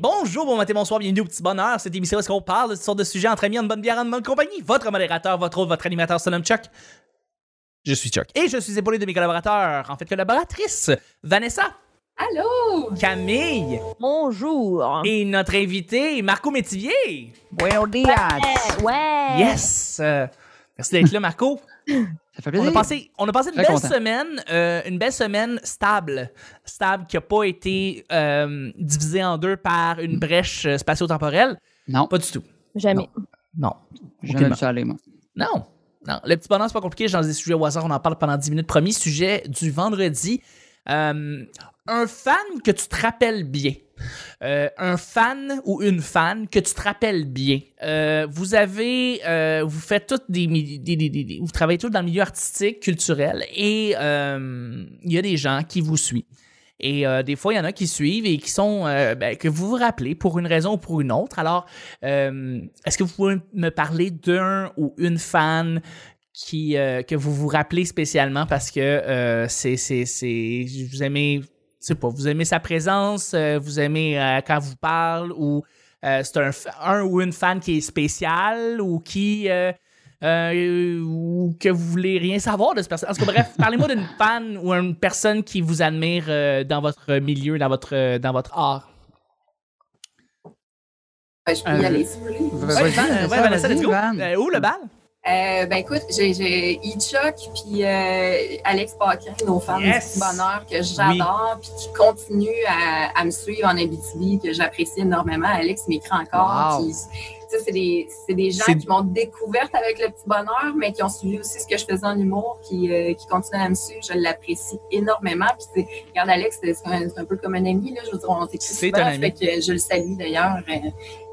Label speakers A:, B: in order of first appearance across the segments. A: Bonjour, bon matin, bonsoir, bienvenue au Petit Bonheur. Cette émission où est-ce qu'on parle de ce sorte de sujet entre amis, en bonne bière, en bonne compagnie. Votre modérateur, votre autre, votre animateur, son nom Chuck. Je suis Chuck. Et je suis épaulé de mes collaborateurs, en fait collaboratrices, Vanessa,
B: Allô?
A: Camille
C: Bonjour.
A: et notre invité, Marco Métivier.
D: Buenos dias.
C: Eh, ouais.
A: Yes! Euh, merci d'être là, Marco.
D: Ça fait
A: On
D: plaisir.
A: a passé, on a passé une
D: Très
A: belle
D: content.
A: semaine, euh, une belle semaine stable, stable qui n'a pas été euh, divisée en deux par une brèche euh, spatio-temporelle.
D: Non,
A: Pas du tout.
C: Jamais.
A: Non.
D: jamais
A: Aucunement.
D: vu ça aller, moi.
A: Non. Non. Le petit bonheur, c'est pas compliqué. J'ai des sujets au hasard. On en parle pendant 10 minutes. Premier sujet du vendredi. Euh, un fan que tu te rappelles bien. Euh, un fan ou une fan que tu te rappelles bien. Euh, vous avez, euh, vous faites toutes des, mi- des- des- des- des- vous travaillez tous dans le milieu artistique, culturel, et euh, il y a des gens qui vous suivent. Et euh, des fois, il y en a qui suivent et qui sont, euh, ben, que vous vous rappelez pour une raison ou pour une autre. Alors, euh, est-ce que vous pouvez me parler d'un ou une fan qui, euh, que vous vous rappelez spécialement parce que euh, c'est, c'est, c'est, vous aimez, je sais pas, vous aimez sa présence, euh, vous aimez euh, quand vous parle ou euh, c'est un, f- un ou une fan qui est spécial ou qui, euh, euh, ou que vous voulez rien savoir de cette personne. En tout cas, bref, parlez-moi d'une fan ou une personne qui vous admire euh, dans votre milieu, dans votre, euh, dans votre art.
B: Ben, je peux y
D: Euh,
B: aller si vous voulez.
A: Ouais, Van, ouais, Vanessa, let's go.
D: Van.
A: Euh, où le bal?
B: Euh, ben écoute, j'ai- j'ai E-Chuck puis euh, Alex Paquin, nos fans
A: Yes!
B: du bonheur que j'adore puis qui continue à, à me suivre en Abitibi, que j'apprécie énormément. Alex m'écrit encore.
D: Wow.
B: puis, tu sais, c'est des, c'est des gens
A: C'est-
B: qui m'ont découverte avec le petit bonheur, mais qui ont suivi aussi ce que je faisais en humour, qui, euh, qui continuent à me suivre. Je l'apprécie énormément. Puis, tu sais, regarde, Alex, c'est c'est un, c'est un peu comme un ami. Là, je veux dire, on s'écrit
A: C'est
B: souvent,
A: un ami.
B: fait que je le salue d'ailleurs. Euh,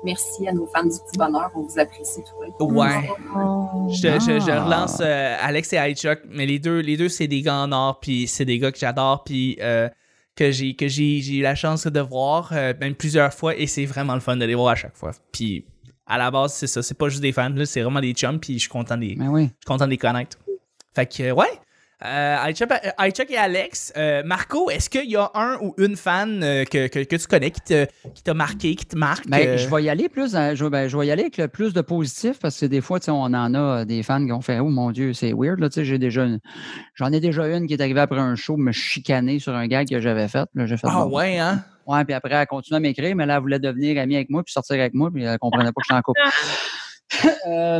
B: merci à nos fans du petit bonheur. On vous apprécie tout
A: Ouais.
C: Oh.
A: Je, je- je
D: Ah.
A: relance euh, Alex et Hitchcock, mais les deux, les deux c'est des gars en or, puis c'est des gars que j'adore, puis euh, que j'ai que j'ai j'ai eu la chance de voir euh, même plusieurs fois, et c'est vraiment le fun de les voir à chaque fois. Puis à la base, c'est ça, c'est pas juste des fans, là, c'est vraiment des chums, puis je suis content des,
D: Ben oui.
A: je suis content de les connaître. Fait que, euh, ouais. Euh, Hitchcock- euh, Hitchcock et Alex, euh, Marco, est-ce qu'il y a un ou une fan euh, que, que, que tu connais qui te- qui t'a marqué, qui te marque?
D: Ben,
A: euh,
D: je vais y aller plus, euh, je, ben, je vais y aller avec le plus de positif parce que des fois, tu sais, on en a euh, des fans qui ont fait Oh mon Dieu, c'est weird. Là, tu sais, j'ai déjà une- J'en ai déjà une qui est arrivée après un show me chicaner sur un gag que j'avais fait. Là, j'ai fait
A: Ah
D: bon,
A: ouais, hein?
D: Ouais, puis après, elle continuait à m'écrire, mais là, elle voulait devenir amie avec moi, puis sortir avec moi, puis elle comprenait pas que je suis en couple.
A: Ça
D: Euh,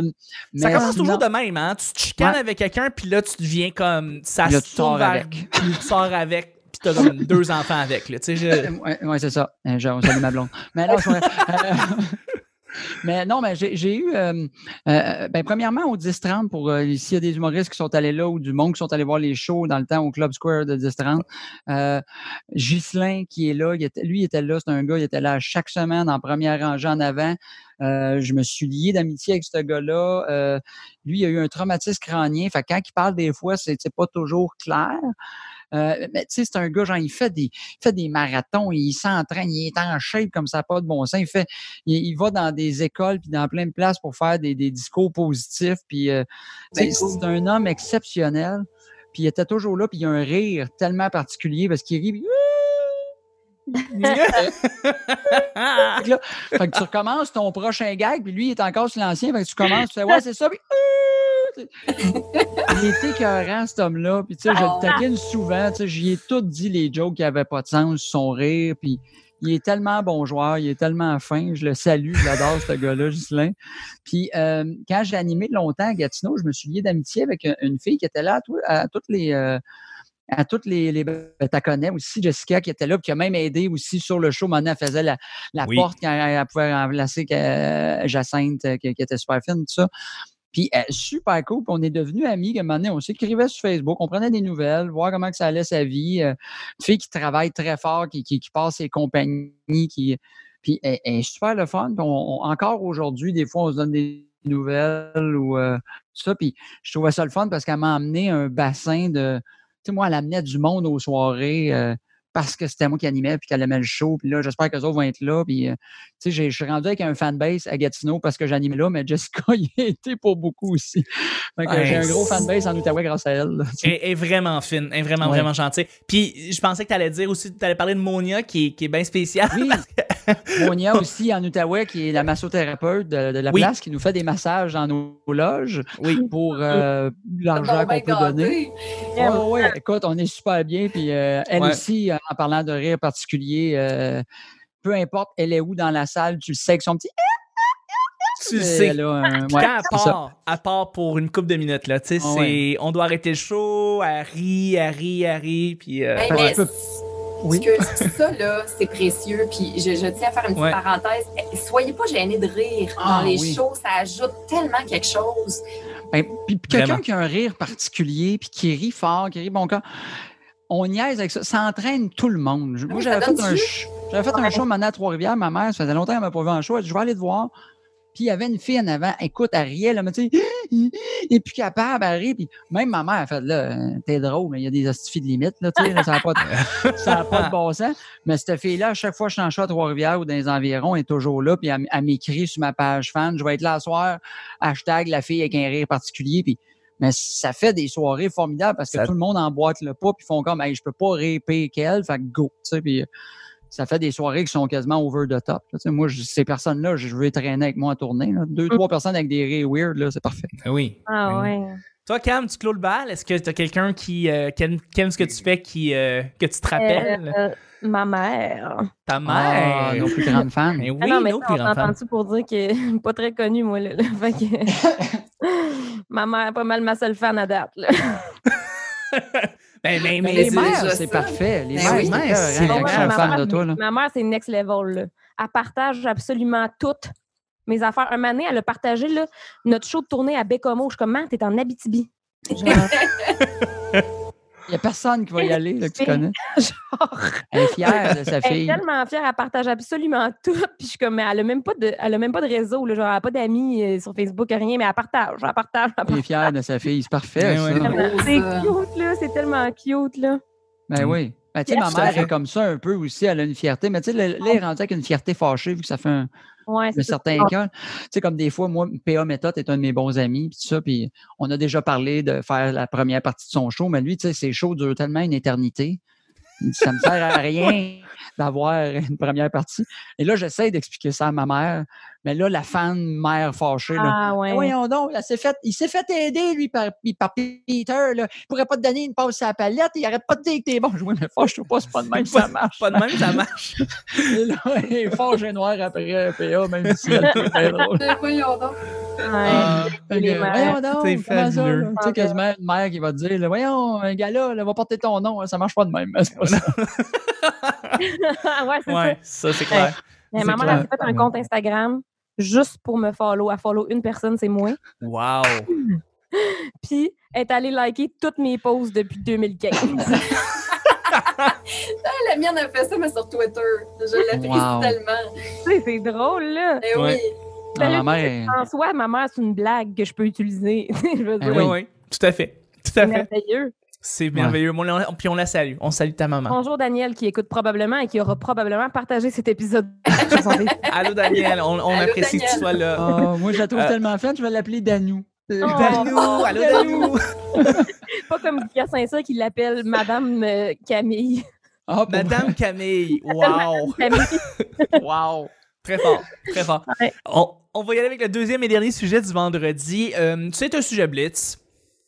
D: mais
A: commence
D: sinon-
A: toujours de même, hein? Tu te chicanes
D: Ouais.
A: avec quelqu'un, puis là, tu deviens comme. Ça
D: Là,
A: se
D: tu
A: tourne
D: sors
A: vers-
D: avec.
A: Tu sors avec, puis t'as comme deux enfants avec, là. Tu sais, je-
D: Oui, c'est ça. Euh, je- on salue ma blonde. Mais non, je- euh, mais, non, mais j'ai j'ai eu. euh, euh, ben, premièrement, au 10-30, pour euh, s'il y a des humoristes qui sont allés là ou du monde qui sont allés voir les shows dans le temps au Club Square de 10-30, euh, Ghislain qui est là, il était- lui, il était là, c'est un gars, il était là chaque semaine en première rangée en avant. Euh, je me suis lié d'amitié avec ce gars-là. Euh, lui, il a eu un traumatisme crânien. Fait que quand il parle des fois, c'est c'est pas toujours clair. Euh, mais tu sais, c'est un gars, genre, il fait des, il fait des marathons, il s'entraîne, il est en shape comme ça, pas de bon sens. Il, fait, il, il va dans des écoles puis dans plein de places pour faire des, des discours positifs. Puis, euh, tu sais,
B: Ben, cool.
D: c'est un homme exceptionnel. Puis il était toujours là, puis il a un rire tellement particulier parce qu'il rit. puis, Fait que tu recommences ton prochain gag, puis lui, il est encore sur l'ancien. Fait que tu commences, tu fais Ouais, c'est ça, puis. Euh, il est écœurant, cet homme-là. Puis, tu sais, je le taquine souvent. Tu sais, j'y ai tout dit les jokes qui n'avaient pas de sens, son rire. Puis, il est tellement bon joueur, il est tellement fin. Je le salue, je l'adore, ce gars-là, Ghislain. Puis, euh, quand j'ai animé longtemps à Gatineau, je me suis lié d'amitié avec un- une fille qui était là à, tout- à toutes les. euh, à toutes les, les ben, t'as connais aussi Jessica qui était là, puis qui a même aidé aussi sur le show. Maintenant, elle faisait la, la
A: Oui.
D: porte quand elle, elle pouvait remplacer euh, Jacinthe, euh, qui, qui était super fine, tout ça. Puis euh, super cool, puis on est devenus amis. puis À un moment donné, on s'écrivait sur Facebook, on prenait des nouvelles, voir comment que ça allait sa vie. Euh, une fille qui travaille très fort, qui, qui, qui passe ses compagnies, qui puis elle, elle est super le fun. Puis on- on- encore aujourd'hui, des fois, on se donne des nouvelles ou euh, tout ça. Puis je trouvais ça le fun parce qu'elle m'a amené un bassin de. Tu sais, moi, elle amenait du monde aux soirées. euh, parce que c'était moi qui animais puis qu'elle aimait le show. Puis là, j'espère que les autres vont être là. Puis, euh, tu sais, j'ai- je suis rendu avec un fanbase à Gatineau parce que j'animais là, mais Jessica y a été pour beaucoup aussi. Fait que
A: Ouais.
D: j'ai un gros fanbase en Outaouais grâce à elle. là, tu sais.
A: Elle est vraiment fine, elle est vraiment,
D: Ouais.
A: vraiment gentille. Puis je pensais que t'allais dire aussi, t'allais parler de Monia qui, est- qui est bien spéciale.
D: Oui. Monia aussi en Outaouais, qui est la massothérapeute de, de la
A: Oui.
D: place, qui nous fait des massages dans nos loges
A: Oui.
D: pour euh, l'argent qu'on peut donner. Ouais, ouais, ouais. Écoute, on est super bien. Puis euh, elle
A: Ouais.
D: aussi, euh, en parlant de rire particulier, euh, peu importe elle est où dans la salle, tu le sais que son petit.
A: Tu le
D: mais
A: sais.
D: elle a un-
A: Puis
D: ouais,
A: quand elle
D: c'est ça.
A: part, elle part pour une couple de minutes, là, tu sais,
D: Ah
A: c'est,
D: ouais.
A: on doit arrêter le show, elle rit, elle rit, elle rit, puis... euh,
B: Hey,
D: Ouais.
B: mais
D: Je peux- Oui.
B: parce que ça, là, c'est précieux. Puis je, je tiens à faire une petite
A: Ouais.
B: parenthèse. Eh, Soyez pas gênés de rire
D: Ah,
B: dans les
D: oui.
B: shows. Ça ajoute tellement quelque chose.
D: Ben, puis puis quelqu'un
A: Vraiment.
D: qui a un rire particulier, puis qui rit fort, qui rit bon corps, on niaise avec ça. Ça entraîne tout le monde. Je- Moi,
B: Oui,
D: j'avais
B: ça donne
D: fait, un
B: du
D: sh- j'avais fait un show un moment donné à Trois-Rivières. Ma mère, ça faisait longtemps qu'elle m'a pas vu en show. Elle dit Je vais aller te voir. Puis il y avait une fille en avant. Écoute, elle riait, là, mais tu sais, et puis capable, elle rit. Puis même ma mère, elle fait Là, euh, t'es drôle, mais il y a des astifies de limite, là, tu sais, là, ça n'a pas, de- ça a pas de bon sens. Mais cette fille-là, à chaque fois que je suis en show à Trois-Rivières ou dans les environs, elle est toujours là, puis elle, elle m'écrit sur ma page fan Je vais être là ce soir hashtag la fille avec un rire particulier. Puis, mais ça fait des soirées formidables parce que
A: Ça-
D: tout le monde emboîte le pas puis font comme hey, je peux pas rire pire qu'elle, fait que go. tu sais, Puis, euh, ça fait des soirées qui sont quasiment over the top. là, tu sais. Moi, je- ces personnes-là, je veux les traîner avec moi en tournée. là. Deux, trois personnes avec des rires weird, là, c'est parfait.
A: Oui.
C: Ah ouais.
A: Toi, Cam, tu clôt le bal, est-ce que t'as quelqu'un qui, euh, qui, aime, qui aime ce que tu fais, qui, euh, que tu te rappelles?
C: Euh, euh, ma mère.
A: Ta
D: Ah,
A: mère!
D: nos plus grandes fans.
A: Mais oui,
C: Ah non, mais
A: nos
C: ça, on
A: plus grands fans.
C: s'entend-tu pour dire que je suis pas très connue, moi, là. là. Fait que- ma mère est pas mal ma seule fan à date, là.
A: Ben, ben,
D: Mais
A: mais
D: les
B: c'est
D: mères,
B: déjà
D: c'est
B: ça.
D: parfait. Les
B: Ben
D: mères,
B: oui.
D: c'est
A: Ben,
D: écœurant,
A: c'est
D: quand
A: vraiment
D: je suis un
C: ma
D: fan de
C: mère.
D: toi. Là.
C: Ma mère, c'est next level, là. Elle partage absolument toutes mes affaires. Un année, elle a partagé, là, notre show de tournée à Bécomo. Je suis comme, Man, t'es en Abitibi. Genre,
D: Il n'y a personne qui va y aller là, que tu
C: Mais-
D: connais.
C: genre,
D: Elle est fière de
C: elle
D: sa
C: est
D: fille.
C: tellement fière, elle partage absolument tout. Puis je suis comme, mais elle a même pas de, elle a même pas de réseau, là. Genre, elle a pas d'amis euh, sur Facebook, rien, mais elle partage, elle partage, elle
D: Elle
C: partage.
D: est fière de sa fille. C'est parfait.
A: Ben
D: ça.
A: ouais.
B: beau,
C: C'est
B: ça.
C: cute, là. C'est tellement cute, là.
D: Ben
A: Mm.
D: oui. Ben, tu sais,
A: Yes,
D: ma
A: tout à
D: mère
A: fait.
D: est comme ça un peu aussi. Elle a une fierté. Mais tu sais, là, là, elle est rendue avec une fierté fâchée vu que ça fait un,
C: Ouais,
D: un
C: c'est ça.
D: certain cœur. Tu sais, comme des fois, moi, P.A. Méthode est un de mes bons amis. Puis tout ça. Puis on a déjà parlé de faire la première partie de son show. Mais lui, tu sais, ses shows durent tellement une éternité. Il dit, Ça me sert à rien d'avoir une première partie. Et là, j'essaie d'expliquer ça à ma mère. Mais là, la fan mère fâchée, là,
C: Ah ouais.
D: ah, Voyons donc, elle s'est fait- il s'est fait aider, lui, par, puis par Peter. Là. Il pourrait pas te donner une passe à la palette. Il arrête pas de dire que t'es bon. Je dis, oui, mais fâche pas, c'est pas de même, ça marche.
A: Pas de même, ça marche.
D: Et là, il est fort j'ai noir après PA, même si elle est très drôle.
B: Euh, Voyons donc.
C: Ouais.
D: Ah, fait
C: les
D: que,
C: mères.
D: voyons donc,
A: C'est
D: comment ça, là?
A: fabuleux.
D: Tu sais, quasiment une mère qui va te dire, là, voyons, un gars-là, là, va porter ton nom, hein, ça marche pas de même. C'est pas ça.
C: ouais, c'est ça.
A: Ouais, ça, c'est clair.
C: Mais
A: c'est
C: ma mère,
A: clair.
C: elle s'est fait un compte Instagram juste pour me follow. Elle follow une personne, c'est moi.
A: Wow!
C: Puis elle est allée liker toutes mes posts depuis 2015.
B: Ah, La mienne a fait ça, mais sur Twitter. Je l'apprécie
D: Wow.
B: tellement.
C: Tu sais, c'est drôle, là.
B: Eh
A: Ouais.
B: oui.
D: Ah, ma mère est-
C: En soi, ma mère, c'est une blague que je peux utiliser. Je veux
D: Eh
A: Oui,
C: dire,
A: oui,
D: oui.
A: tout à fait. Tout
C: c'est
A: à fait.
C: merveilleux.
A: C'est merveilleux. Bon, on la- Puis on la salue. On salue ta maman.
C: Bonjour Daniel qui écoute probablement et qui aura probablement partagé cet épisode.
A: Allô, Daniel. On, on
B: Allô,
A: apprécie que tu
B: Daniel.
A: sois là.
D: Ah, moi, je la trouve
A: Euh.
D: tellement fun, je vais l'appeler Danou.
C: Oh.
A: Danou! Allô, Danou!
C: Pas comme Guy Saint-Cyr qui l'appelle Madame euh, Camille.
D: Ah, pour-
A: Madame Camille. Wow!
C: Camille.
D: wow.
A: Très fort. Très fort.
C: Ouais.
A: On, on va y aller avec le deuxième et dernier sujet du vendredi. Euh, c'est un sujet blitz.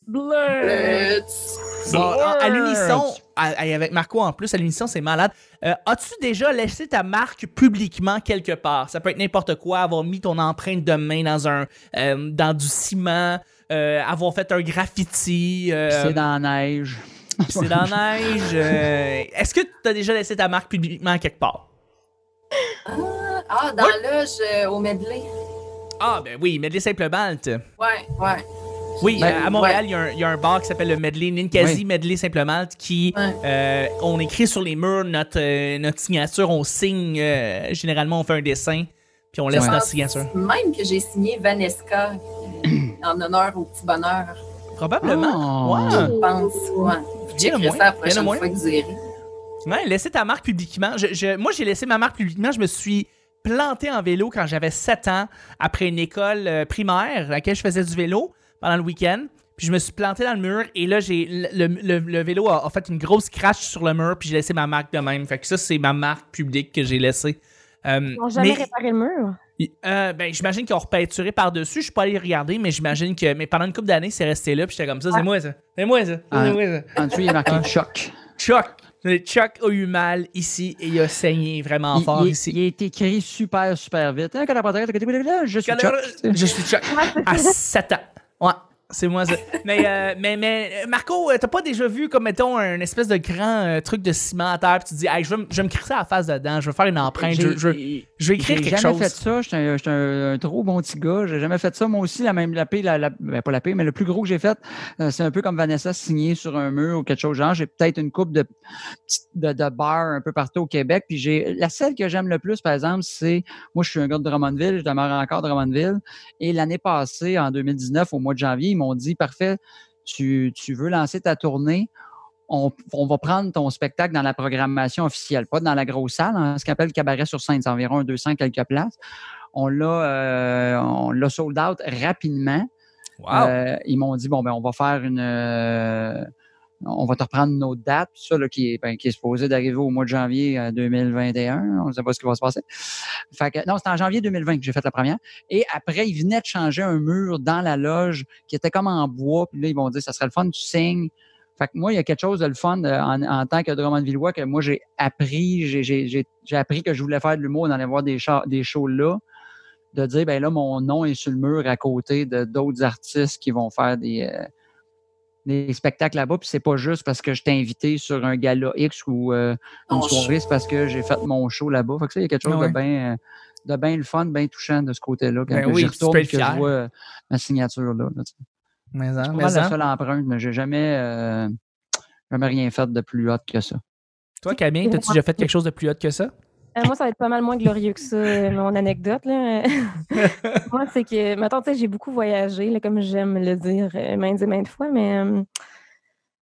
C: Bleu.
B: Euh, tu-
A: Bon, Ah, à à
D: Blur.
A: l'unisson, à- à- avec Marco en plus, à l'unisson, c'est malade. Euh, As-tu déjà laissé ta marque publiquement quelque part? Ça peut être n'importe quoi, avoir mis ton empreinte de main dans un euh, dans du ciment, euh, avoir fait un graffiti, euh,
D: C'est dans la neige.
A: pisser dans la neige. euh, Est-ce que tu as déjà laissé ta marque publiquement quelque part?
B: Ah, dans l'âge au medley.
A: Ah, ben oui, Medley Simple Malte.
B: Ouais, ouais.
A: Oui,
D: Ben,
A: euh, à Montréal, il y a un- il y, a un bar qui s'appelle le Medley, Ninkasi
D: Oui.
A: Medley Simple Malte, qui,
B: Ouais.
A: euh, on écrit sur les murs notre, euh, notre signature, on signe, euh, généralement on fait un dessin, puis on laisse
D: Ouais.
A: notre signature.
B: Même que j'ai signé Vanesca euh, en honneur au petit bonheur,
A: Probablement.
D: Oh.
A: Ouais.
B: je pense. Ouais.
A: Bien le
B: Checkerez
A: moins,
B: ça la
A: bien le
B: prochaine
A: moins.
B: fois que vous irez.
A: Non, laisser ta marque publiquement. Je- je- moi, j'ai laissé ma marque publiquement. Je me suis planté en vélo quand j'avais 7 ans, après une école euh, primaire, à laquelle je faisais du vélo pendant le week-end. Puis je me suis planté dans le mur et là, j'ai le, le- le- le vélo a, a fait une grosse crash sur le mur, puis j'ai laissé ma marque de même. Fait que ça, c'est ma marque publique que j'ai laissée. Euh,
C: Ils n'ont jamais
A: mais-
C: réparé le mur.
A: il- euh, ben, j'imagine qu'ils ont repeinturé par-dessus. Je suis pas allé regarder, mais j'imagine que. Mais pendant une couple d'années, c'est resté là. Puis j'étais comme ça, c'est moi ça. C'est moi ça. C'est
D: Ah.
A: moi ça.
D: En dessous, il est
A: Ah.
D: marqué choc.
A: Chuck. Chuck a eu mal ici et il a saigné vraiment
D: Il,
A: fort
D: il-
A: ici.
D: il est écrit super, super vite. Hein, quand la porte arrive, je suis choc.
A: Je suis Chuck. À 7 ans. Ouais. C'est moi ça. Mais, euh, mais, mais euh, Marco, euh, t'as pas déjà vu comme mettons un espèce de grand euh, truc de ciment à terre puis tu dis Hey, je veux, me- je vais me crisser à la face dedans, je veux faire une empreinte, je,
D: J'ai-
A: je, je vais écrire
D: J'ai
A: quelque
D: jamais
A: chose.
D: fait ça. J'étais un, j'étais un- un trop bon petit gars. J'ai jamais fait ça. Moi aussi, la même la paix, la, la- ben, pas la paix, mais le plus gros que j'ai fait, euh, c'est un peu comme Vanessa signé sur un mur ou quelque chose de genre. J'ai peut-être une coupe de, petites- de, de bars un peu partout au Québec. Puis j'ai la seule que j'aime le plus, par exemple, c'est moi, je suis un gars de Drummondville. Je demeure encore à Drummondville. Et l'année passée, en 2019, au mois de janvier, ils m'ont dit parfait, tu, tu veux lancer ta tournée. On, on va prendre ton spectacle dans la programmation officielle, pas dans la grosse salle, en ce qu'on appelle cabaret sur scène, c'est environ un 200 quelques places. On l'a, euh, on l'a sold out rapidement.
A: Wow.
D: Euh, ils m'ont dit bon ben on va faire une, euh, on va te reprendre une autre date, Tout ça là, qui est, ben, qui est supposé d'arriver au mois de janvier euh, 2021. On ne sait pas ce qui va se passer. Fait que, non, c'était en janvier 2020 que j'ai fait la première. Et après, ils venaient de changer un mur dans la loge qui était comme en bois. Puis là, ils m'ont dit, ça serait le fun, tu signes. Fait que moi, il y a quelque chose de le fun euh, en, en tant que Drummondvillois que moi, j'ai appris, j'ai- j'ai j'ai- j'ai appris que je voulais faire de l'humour, d'aller voir des, shows- des shows là, de dire, ben là, mon nom est sur le mur à côté de d'autres artistes qui vont faire des, euh, des spectacles là-bas. Puis c'est pas juste parce que je t'ai invité sur un gala X ou euh, une
B: Ton
D: soirée, c'est parce que j'ai fait mon show là-bas. Fait que ça, il y a quelque chose
A: Oh, Ah ouais.
D: de bien euh, de bien le fun, bien touchant de ce côté-là. Quand
A: Ben
D: que
A: oui,
D: j'y
A: tu
D: retourne
A: peux
D: et
A: être
D: que je
A: fier.
D: vois euh, ma signature là. là, tu sais.
A: Mais, hein,
D: C'est
A: mais
D: pas mal la
A: hein.
D: seule empreinte, mais j'ai jamais, euh, jamais rien fait de plus hot que ça.
A: Toi, Camille, t'as-tu déjà fait quelque chose de plus hot que ça?
C: Euh, moi, ça va être pas mal moins glorieux que ça, euh, mon anecdote. Là. moi, c'est que, maintenant, tu sais, j'ai beaucoup voyagé, là, comme j'aime le dire euh, maintes et maintes fois, mais euh,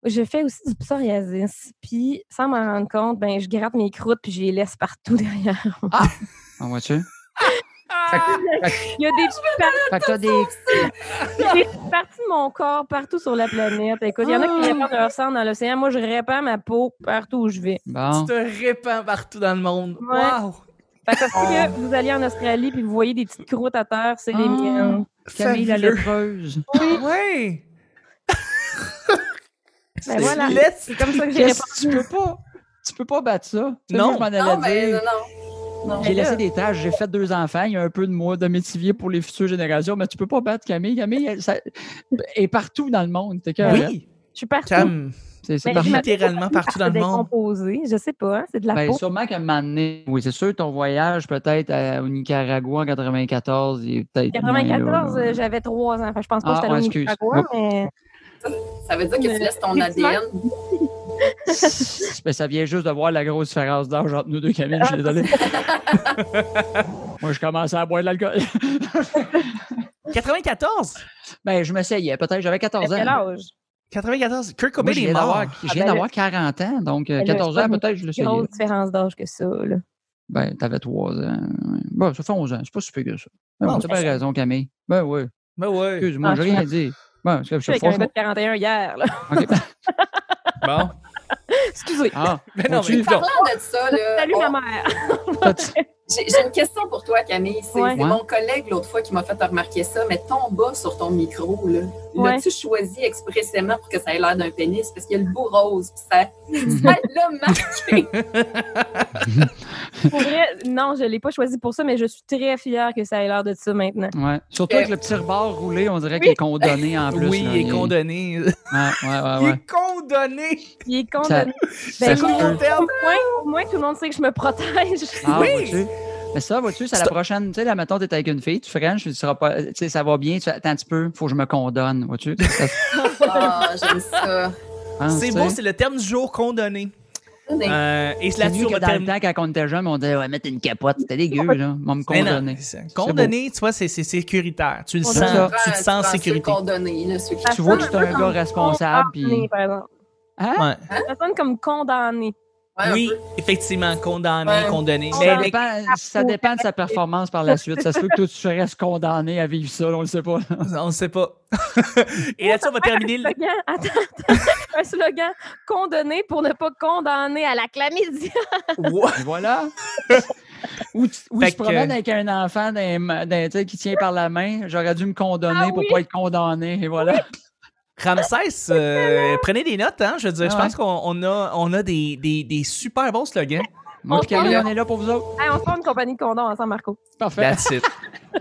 C: je fais aussi du psoriasis. Puis, sans m'en rendre compte, ben, je gratte mes croûtes puis je les laisse partout derrière.
D: En voiture.
C: Il y a des, petites par-
D: Fait que t'as des.
C: il y a des petites parties de mon corps partout sur la planète. Écoute, il y en a qui répandent leur sang dans l'océan. Moi, je répands ma peau partout où je vais.
D: Bon.
A: Tu te répands partout dans le monde.
C: Ouais.
A: Wow!
C: Fait que ça se peut que vous allez en Australie puis vous voyez des petites croûtes à terre, c'est les
D: Ah.
C: miennes.
D: Camille la
A: Fabuleux.
D: lépreuse.
A: Ouais!
C: Ben voilà.
A: Laisse-
C: C'est comme ça que j'ai répandu.
D: Qu'est-ce- Tu peux pas. Tu peux pas battre ça. Tu sais,
A: Non.
D: moi, je m'en allais
B: Non,
D: dire.
B: ben, non, non. Non.
D: J'ai laissé des tâches, j'ai fait deux enfants, il y a un peu de moi, de métivier pour les futures générations, mais tu peux pas battre Camille. Camille elle, ça- est partout dans le monde. T'es carré.
A: Oui!
C: Je suis partout. Ben,
A: Cam,
D: C'est c'est
C: Mais
D: parfait.
C: j'imagine
A: littéralement partout dans le monde.
C: Décomposé, je sais pas, hein, c'est de la
D: Ben,
C: peau.
D: sûrement qu'à un moment donné, oui, c'est sûr, ton voyage peut-être à- au Nicaragua en 94, il est peut-être. moins, là,
C: 94,
D: là.
C: euh, j'avais 3 ans. Enfin, je pense pas
D: Ah,
C: que j'étais
D: ouais,
C: allée au
D: excuse.
C: Nicaragua, mais
B: Ça veut dire que tu laisses ton
C: Mais-
B: ADN.
D: Ben, ça vient juste de voir la grosse différence d'âge entre nous deux, Camille, je suis désolé.
B: Ah.
D: Moi, je commençais à boire de l'alcool.
A: 94?
D: ben, je m'essayais, peut-être, j'avais 14
B: Ben,
C: à quel
D: ans.
C: âge?
A: 94? Kurt
D: Moi,
A: Cobain
D: je
A: est
D: viens
A: mort.
D: d'avoir je viens
C: ben,
D: d'avoir 40 ans, donc euh,
C: Ben, là,
D: 14
C: c'est pas
D: ans,
C: une
D: peut-être, je l'essayais.
C: Grosse différence d'âge que ça. Là.
D: Ben, t'avais 3 ans. ouais. Bon, ça fait 11 ans, c'est pas si pire que ça. Ben,
A: Bon,
D: bon, t'as bien raison, Camille. Ben oui,
A: Ben ouais.
D: excuse-moi,
C: Ah,
D: j'ai
C: je-
D: rien dit. Ben, c'est que
C: Je suis
D: je
C: avec un
D: franchement.
C: gars de 41 hier. Là.
D: ok.
A: ben. Bon.
C: Excusez.
D: Ah, Oh.
A: Mais Ben, non,
D: Faut-tu-
A: mais
B: Parlant de ça, là,
C: Salut
B: on-
C: ma mère.
D: t'as-tu-
B: j'ai j'ai une question pour toi, Camille. C'est
C: Ouais.
B: c'est mon collègue l'autre fois qui m'a fait remarquer ça, mais ton bas sur ton micro, là,
C: Ouais.
B: l'as-tu choisi expressément pour que ça ait l'air d'un pénis? Parce qu'il y a le bout rose, puis ça Ah, ça l'a marqué.
C: Pour vrai, non, je l'ai pas choisi pour ça, mais je suis très fière que ça ait l'air de ça maintenant.
D: Ouais. Surtout avec le petit rebord roulé, on dirait qu'il est condamné en plus.
A: oui,
D: là.
A: il est condamné.
D: Ouais, ouais, ouais,
A: Il
D: ouais.
A: est condamné!
C: Il est condamné.
D: Ça
C: Ben,
D: se
C: au, moins,
A: peut.
C: au moins, au moins, tout le monde sait que je me protège.
D: Ah,
A: Oui!
D: vois-tu? Mais ça, vois-tu, c'est à la
A: C'est-
D: prochaine. Tu sais, là, mettons, t'es avec une fille, tu frenches, tu seras pas. Tu sais, ça va bien, tu fais, attends un petit peu, faut que je me condamne, vois-tu? Ça se
B: Ah, j'aime ça.
D: pense,
A: C'est
D: tu
A: beau,
D: sais.
A: c'est le terme du jour condamné. Euh, et
D: C'est
A: là-dessus,
D: mieux
A: on
D: que
A: va
D: dans le
A: terminer.
D: temps, quand on était jeune, on disait, ouais, mettre une capote, c'était dégueu, là. On va me
A: Mais non,
D: condamner.
A: c'est ça. Condamné, tu vois, c'est c'est sécuritaire. Tu le
C: On
A: sens,
D: ça.
A: tu te sens en sécurité.
B: Condamné, là, ceux qui...
D: Tu vois que tu es un gars responsable, puis.
C: Condamné, par exemple.
D: Hein?
A: Ouais.
C: Ça sonne comme condamné.
B: Ouais, un
A: oui,
B: peu.
A: effectivement, condamné,
B: Ouais.
A: condamné.
C: Condamné.
A: Mais
D: Ça
A: les-
D: dépend, ça dépend de sa performance par la suite. Ça se peut que toi, tu restes condamné à vivre ça, là, on le sait pas.
A: on ne sait pas. Et là-dessus, on va terminer. le-
C: Slogan, attends, attends. un slogan condamné pour ne pas condamner à la chlamydia.
A: Wow.
D: Et voilà. Ou tu, ou
A: Fait
D: tu te promènes
A: que-
D: avec un enfant d'un- d'un- tu sais, qui tient par la main. J'aurais dû me condamner
C: Ah
D: pour
C: oui.
D: pas être condamné. Et voilà.
A: Ramsès, euh, prenez des notes, hein. Je veux dire, je
D: Ah
A: pense qu'on on a, on a des, des, des super bons slogans.
D: Moi, puis
C: On
D: Camille,
B: parle-
D: on est là pour vous autres.
C: Hey, on se prend une compagnie de condoms ensemble, Marco.
D: C'est Parfait.
A: That's it.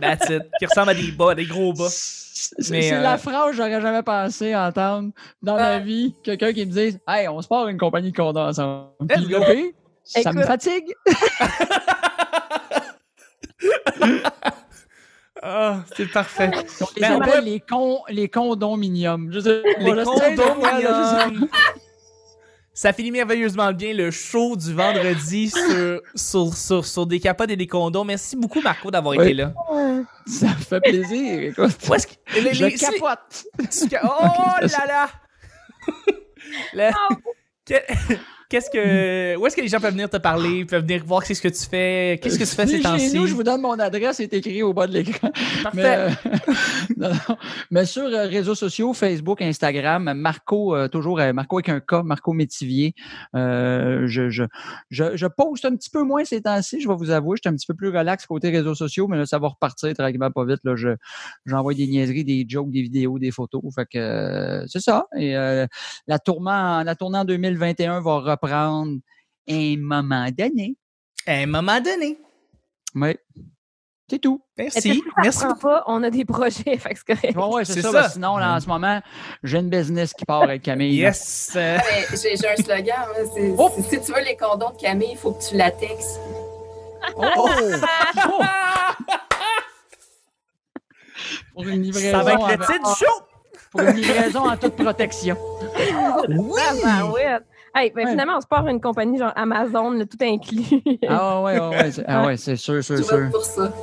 A: That's it. Qui ressemblent à des bas, des gros bas.
D: C'est c'est-
A: Mais,
D: c'est
A: euh,
D: la phrase que j'aurais jamais pensé entendre dans ma vie. Quelqu'un qui me dise Hey, on se part une compagnie de condoms ensemble. Puis
A: Let's
D: le
A: go.
D: pire, ça me
C: Écoute.
D: fatigue.
A: Ah, c'est parfait.
D: On les
A: Ben, on
D: appelle les, con, les condominiums. Je sais,
A: Les
D: moi, je sais, des fois, là,
A: condominiums. Ça finit merveilleusement bien le show du vendredi sur, sur, sur, sur des capotes et des condoms. Merci beaucoup, Marco, d'avoir
D: Oui.
A: été là.
D: je- Ça fait plaisir. Écoute,
A: Où est-ce que. les-
D: je
A: les-
D: capote.
A: si- si- oh là là! Le-
D: Ah
A: que- Qu'est-ce que. Où est-ce que les gens peuvent venir te parler? Peuvent venir voir qu'est-ce que tu fais? Qu'est-ce que tu fais ces
D: Venez
A: temps-ci?
D: Chez nous, je vous donne mon adresse, c'est écrit au bas de l'écran. Mais,
A: Parfait.
D: euh, non, non. Mais sur euh, réseaux sociaux, Facebook, Instagram, Marco, euh, toujours euh, Marco avec un K, Marco Métivier. Euh, je, je, je, je poste un petit peu moins ces temps-ci, je vais vous avouer. Je suis un petit peu plus relax côté réseaux sociaux, mais là, ça va repartir tranquillement pas vite. Là, je, j'envoie des niaiseries, des jokes, des vidéos, des photos. Fait que euh, c'est ça. Et euh, la, tournant, la tournée en 2021 va reprendre à un moment donné.
A: À un moment donné.
D: Oui. C'est tout.
A: Merci. Merci.
C: Prends pas, on a des projets, fait que c'est correct.
D: Bon, ouais, c'est
A: C'est
D: ça.
A: ça.
D: parce que sinon, là, en ce moment, j'ai une business qui part avec Camille. là.
A: Yes. euh,
B: Mais J'ai j'ai un slogan. moi, c'est-
D: Oh!
B: c'est- Si tu veux les condoms de Camille, il faut que tu la textes.
D: Oh! Oh! Pour une livraison.
A: Ça va être le
D: en-
A: titre du show!
D: Pour une livraison en toute protection.
A: Oui!
C: Ah, ben, ouais. Hey, ben,
D: Ouais.
C: Finalement, on se part une compagnie genre Amazon, là, tout inclus.
D: Ah ouais, ouais, ouais, c'est- ah ouais, c'est sûr,
B: Tu
D: sûr,
B: votes
D: sûr.
B: pour ça.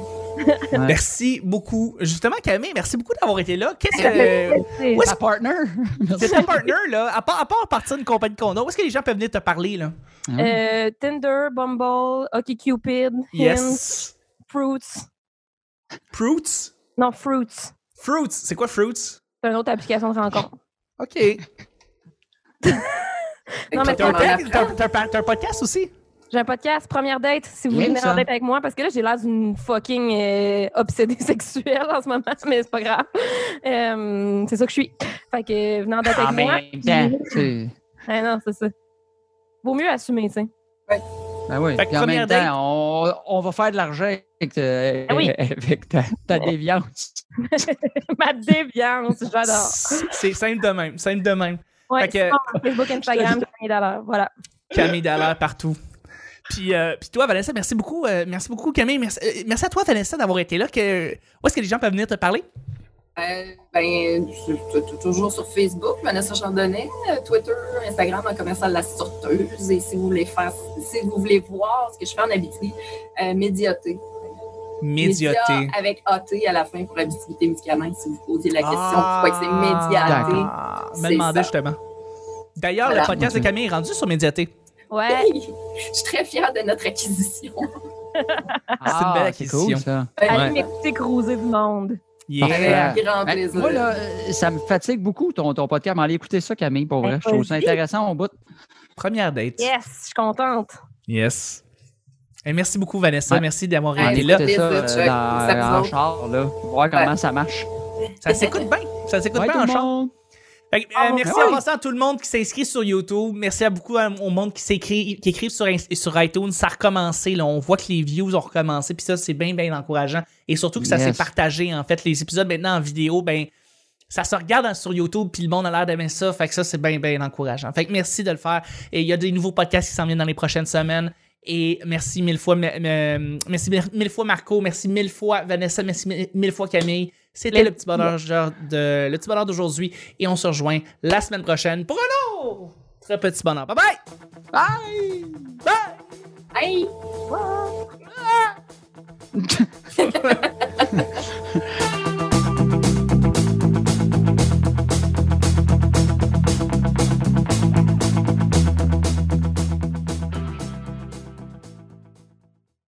A: Merci beaucoup. Justement, Camille, merci beaucoup d'avoir été là.
C: Euh,
A: Qu'est-ce que.
C: C'est-
A: Ouais.
D: Ma partner.
A: C'est ton partner, là. À part, à part partir d'une compagnie qu'on a, où est-ce que les gens peuvent venir te parler, là?
D: Hein?
C: euh, Tinder, Bumble, OkCupid, Hinge,
A: Yes.
C: Fruits.
A: Fruits?
C: Non, Fruits.
A: Fruits. C'est quoi Fruits?
C: C'est une autre application de rencontre.
A: OK.
C: Non, mais
A: T'as un,
C: t'en
A: t'as-
C: as
A: t'as- t'as un pa- t'as un podcast aussi?
C: J'ai un podcast, première date, si vous voulez
D: Bien
C: venir
D: ça.
C: en date avec moi, parce que là, j'ai l'air d'une fucking euh, obsédée sexuelle en ce moment, mais c'est pas grave. Euh, c'est ça que je suis. Fait que euh, venez en date avec moi. puis-
D: Ben, c'est-
C: Ah non, c'est ça. Vaut mieux assumer, tu sais.
D: Ben oui.
A: Fait que
D: Puis en
A: première
D: même
A: date.
D: temps, on, on va faire de l'argent avec, ta-
C: Ah oui.
D: avec ta, ta déviance.
C: Ma déviance, j'adore.
A: C'est simple de même. Simple de même.
C: Ouais,
A: Fait que-
C: sinon, euh, Facebook, Instagram, c'est $1. Voilà.
A: Camille Dallaire partout. Puis, euh, puis toi, Vanessa, merci beaucoup. euh, merci beaucoup, Camille. Merci, euh, merci à toi, Vanessa, d'avoir été là. Que, où est-ce que les gens peuvent venir te parler?
B: Euh, ben, je- je- je- toujours sur Facebook, Vanessa Chandonnet, euh, Twitter, Instagram, en commercial La Sorteuse. Et si vous voulez faire, si vous voulez voir ce que je fais en Abitibi, euh, médioté.
A: Médioté.
B: Média avec AT à la fin pour Abitibi médicaments, si vous posez la question
A: Ah,
B: pourquoi que c'est médiaté.
A: d'accord.
B: c'est
A: me demandais
B: ça.
A: justement. D'ailleurs,
B: Voilà.
A: le podcast de
D: Ok.
A: Camille est rendu sur Médiaté.
C: Ouais.
B: Je suis très fière de notre acquisition.
A: Ah, c'est une belle
D: Ah, cool,
A: acquisition.
D: ça.
A: Ouais.
C: Allez m'écouter cruiser du monde.
A: Yeah.
D: Parfait.
B: Avec grand
D: Ben,
B: plaisir.
D: moi, là, euh, ça me fatigue beaucoup ton, ton podcast. Mais allez écouter ça, Camille, pour vrai.
C: Ben,
D: Je trouve ça
C: vas-y.
D: intéressant au bout.
A: Première date.
C: Yes, je suis contente.
A: Yes. Et merci beaucoup, Vanessa.
D: Ouais.
A: Merci d'avoir
B: Ouais,
A: été
B: c'est
A: là.
D: Écoutez ça euh,
B: Plaisir, Chuck.
D: dans-
B: Ça vous
D: en
B: autres.
D: char, là. Voir comment ça marche.
A: Ça s'écoute bien. Ça s'écoute
D: Ouais, tout
A: bien en
D: le
A: chant.
D: monde.
A: Fait que, euh,
C: Ah,
A: merci
D: ouais.
A: en passant à tout le monde qui s'inscrit sur YouTube. Merci à beaucoup à- au monde qui s'écrit, qui écrivent sur, Inst- sur iTunes. Ça a recommencé. Là. On voit que les views ont recommencé. Puis ça, c'est bien, bien encourageant. Et surtout que ça
D: Yes.
A: s'est partagé. En fait, les épisodes maintenant en vidéo, ben, ça se regarde en- sur YouTube. Puis le monde a l'air d'aimer ça. Fait que ça, c'est bien, bien encourageant. Fait que merci de le faire. Et il y a des nouveaux podcasts qui s'en viennent dans les prochaines semaines. Et merci mille fois, me- me- merci mille- mille fois Marco, merci mille fois Vanessa, merci mi- mille fois Camille. C'était le petit bonheur de le petit bonheur d'aujourd'hui et on se rejoint la semaine prochaine pour un autre très petit bonheur. Bye bye. Bye. Bye.
B: Hey!
D: Ah!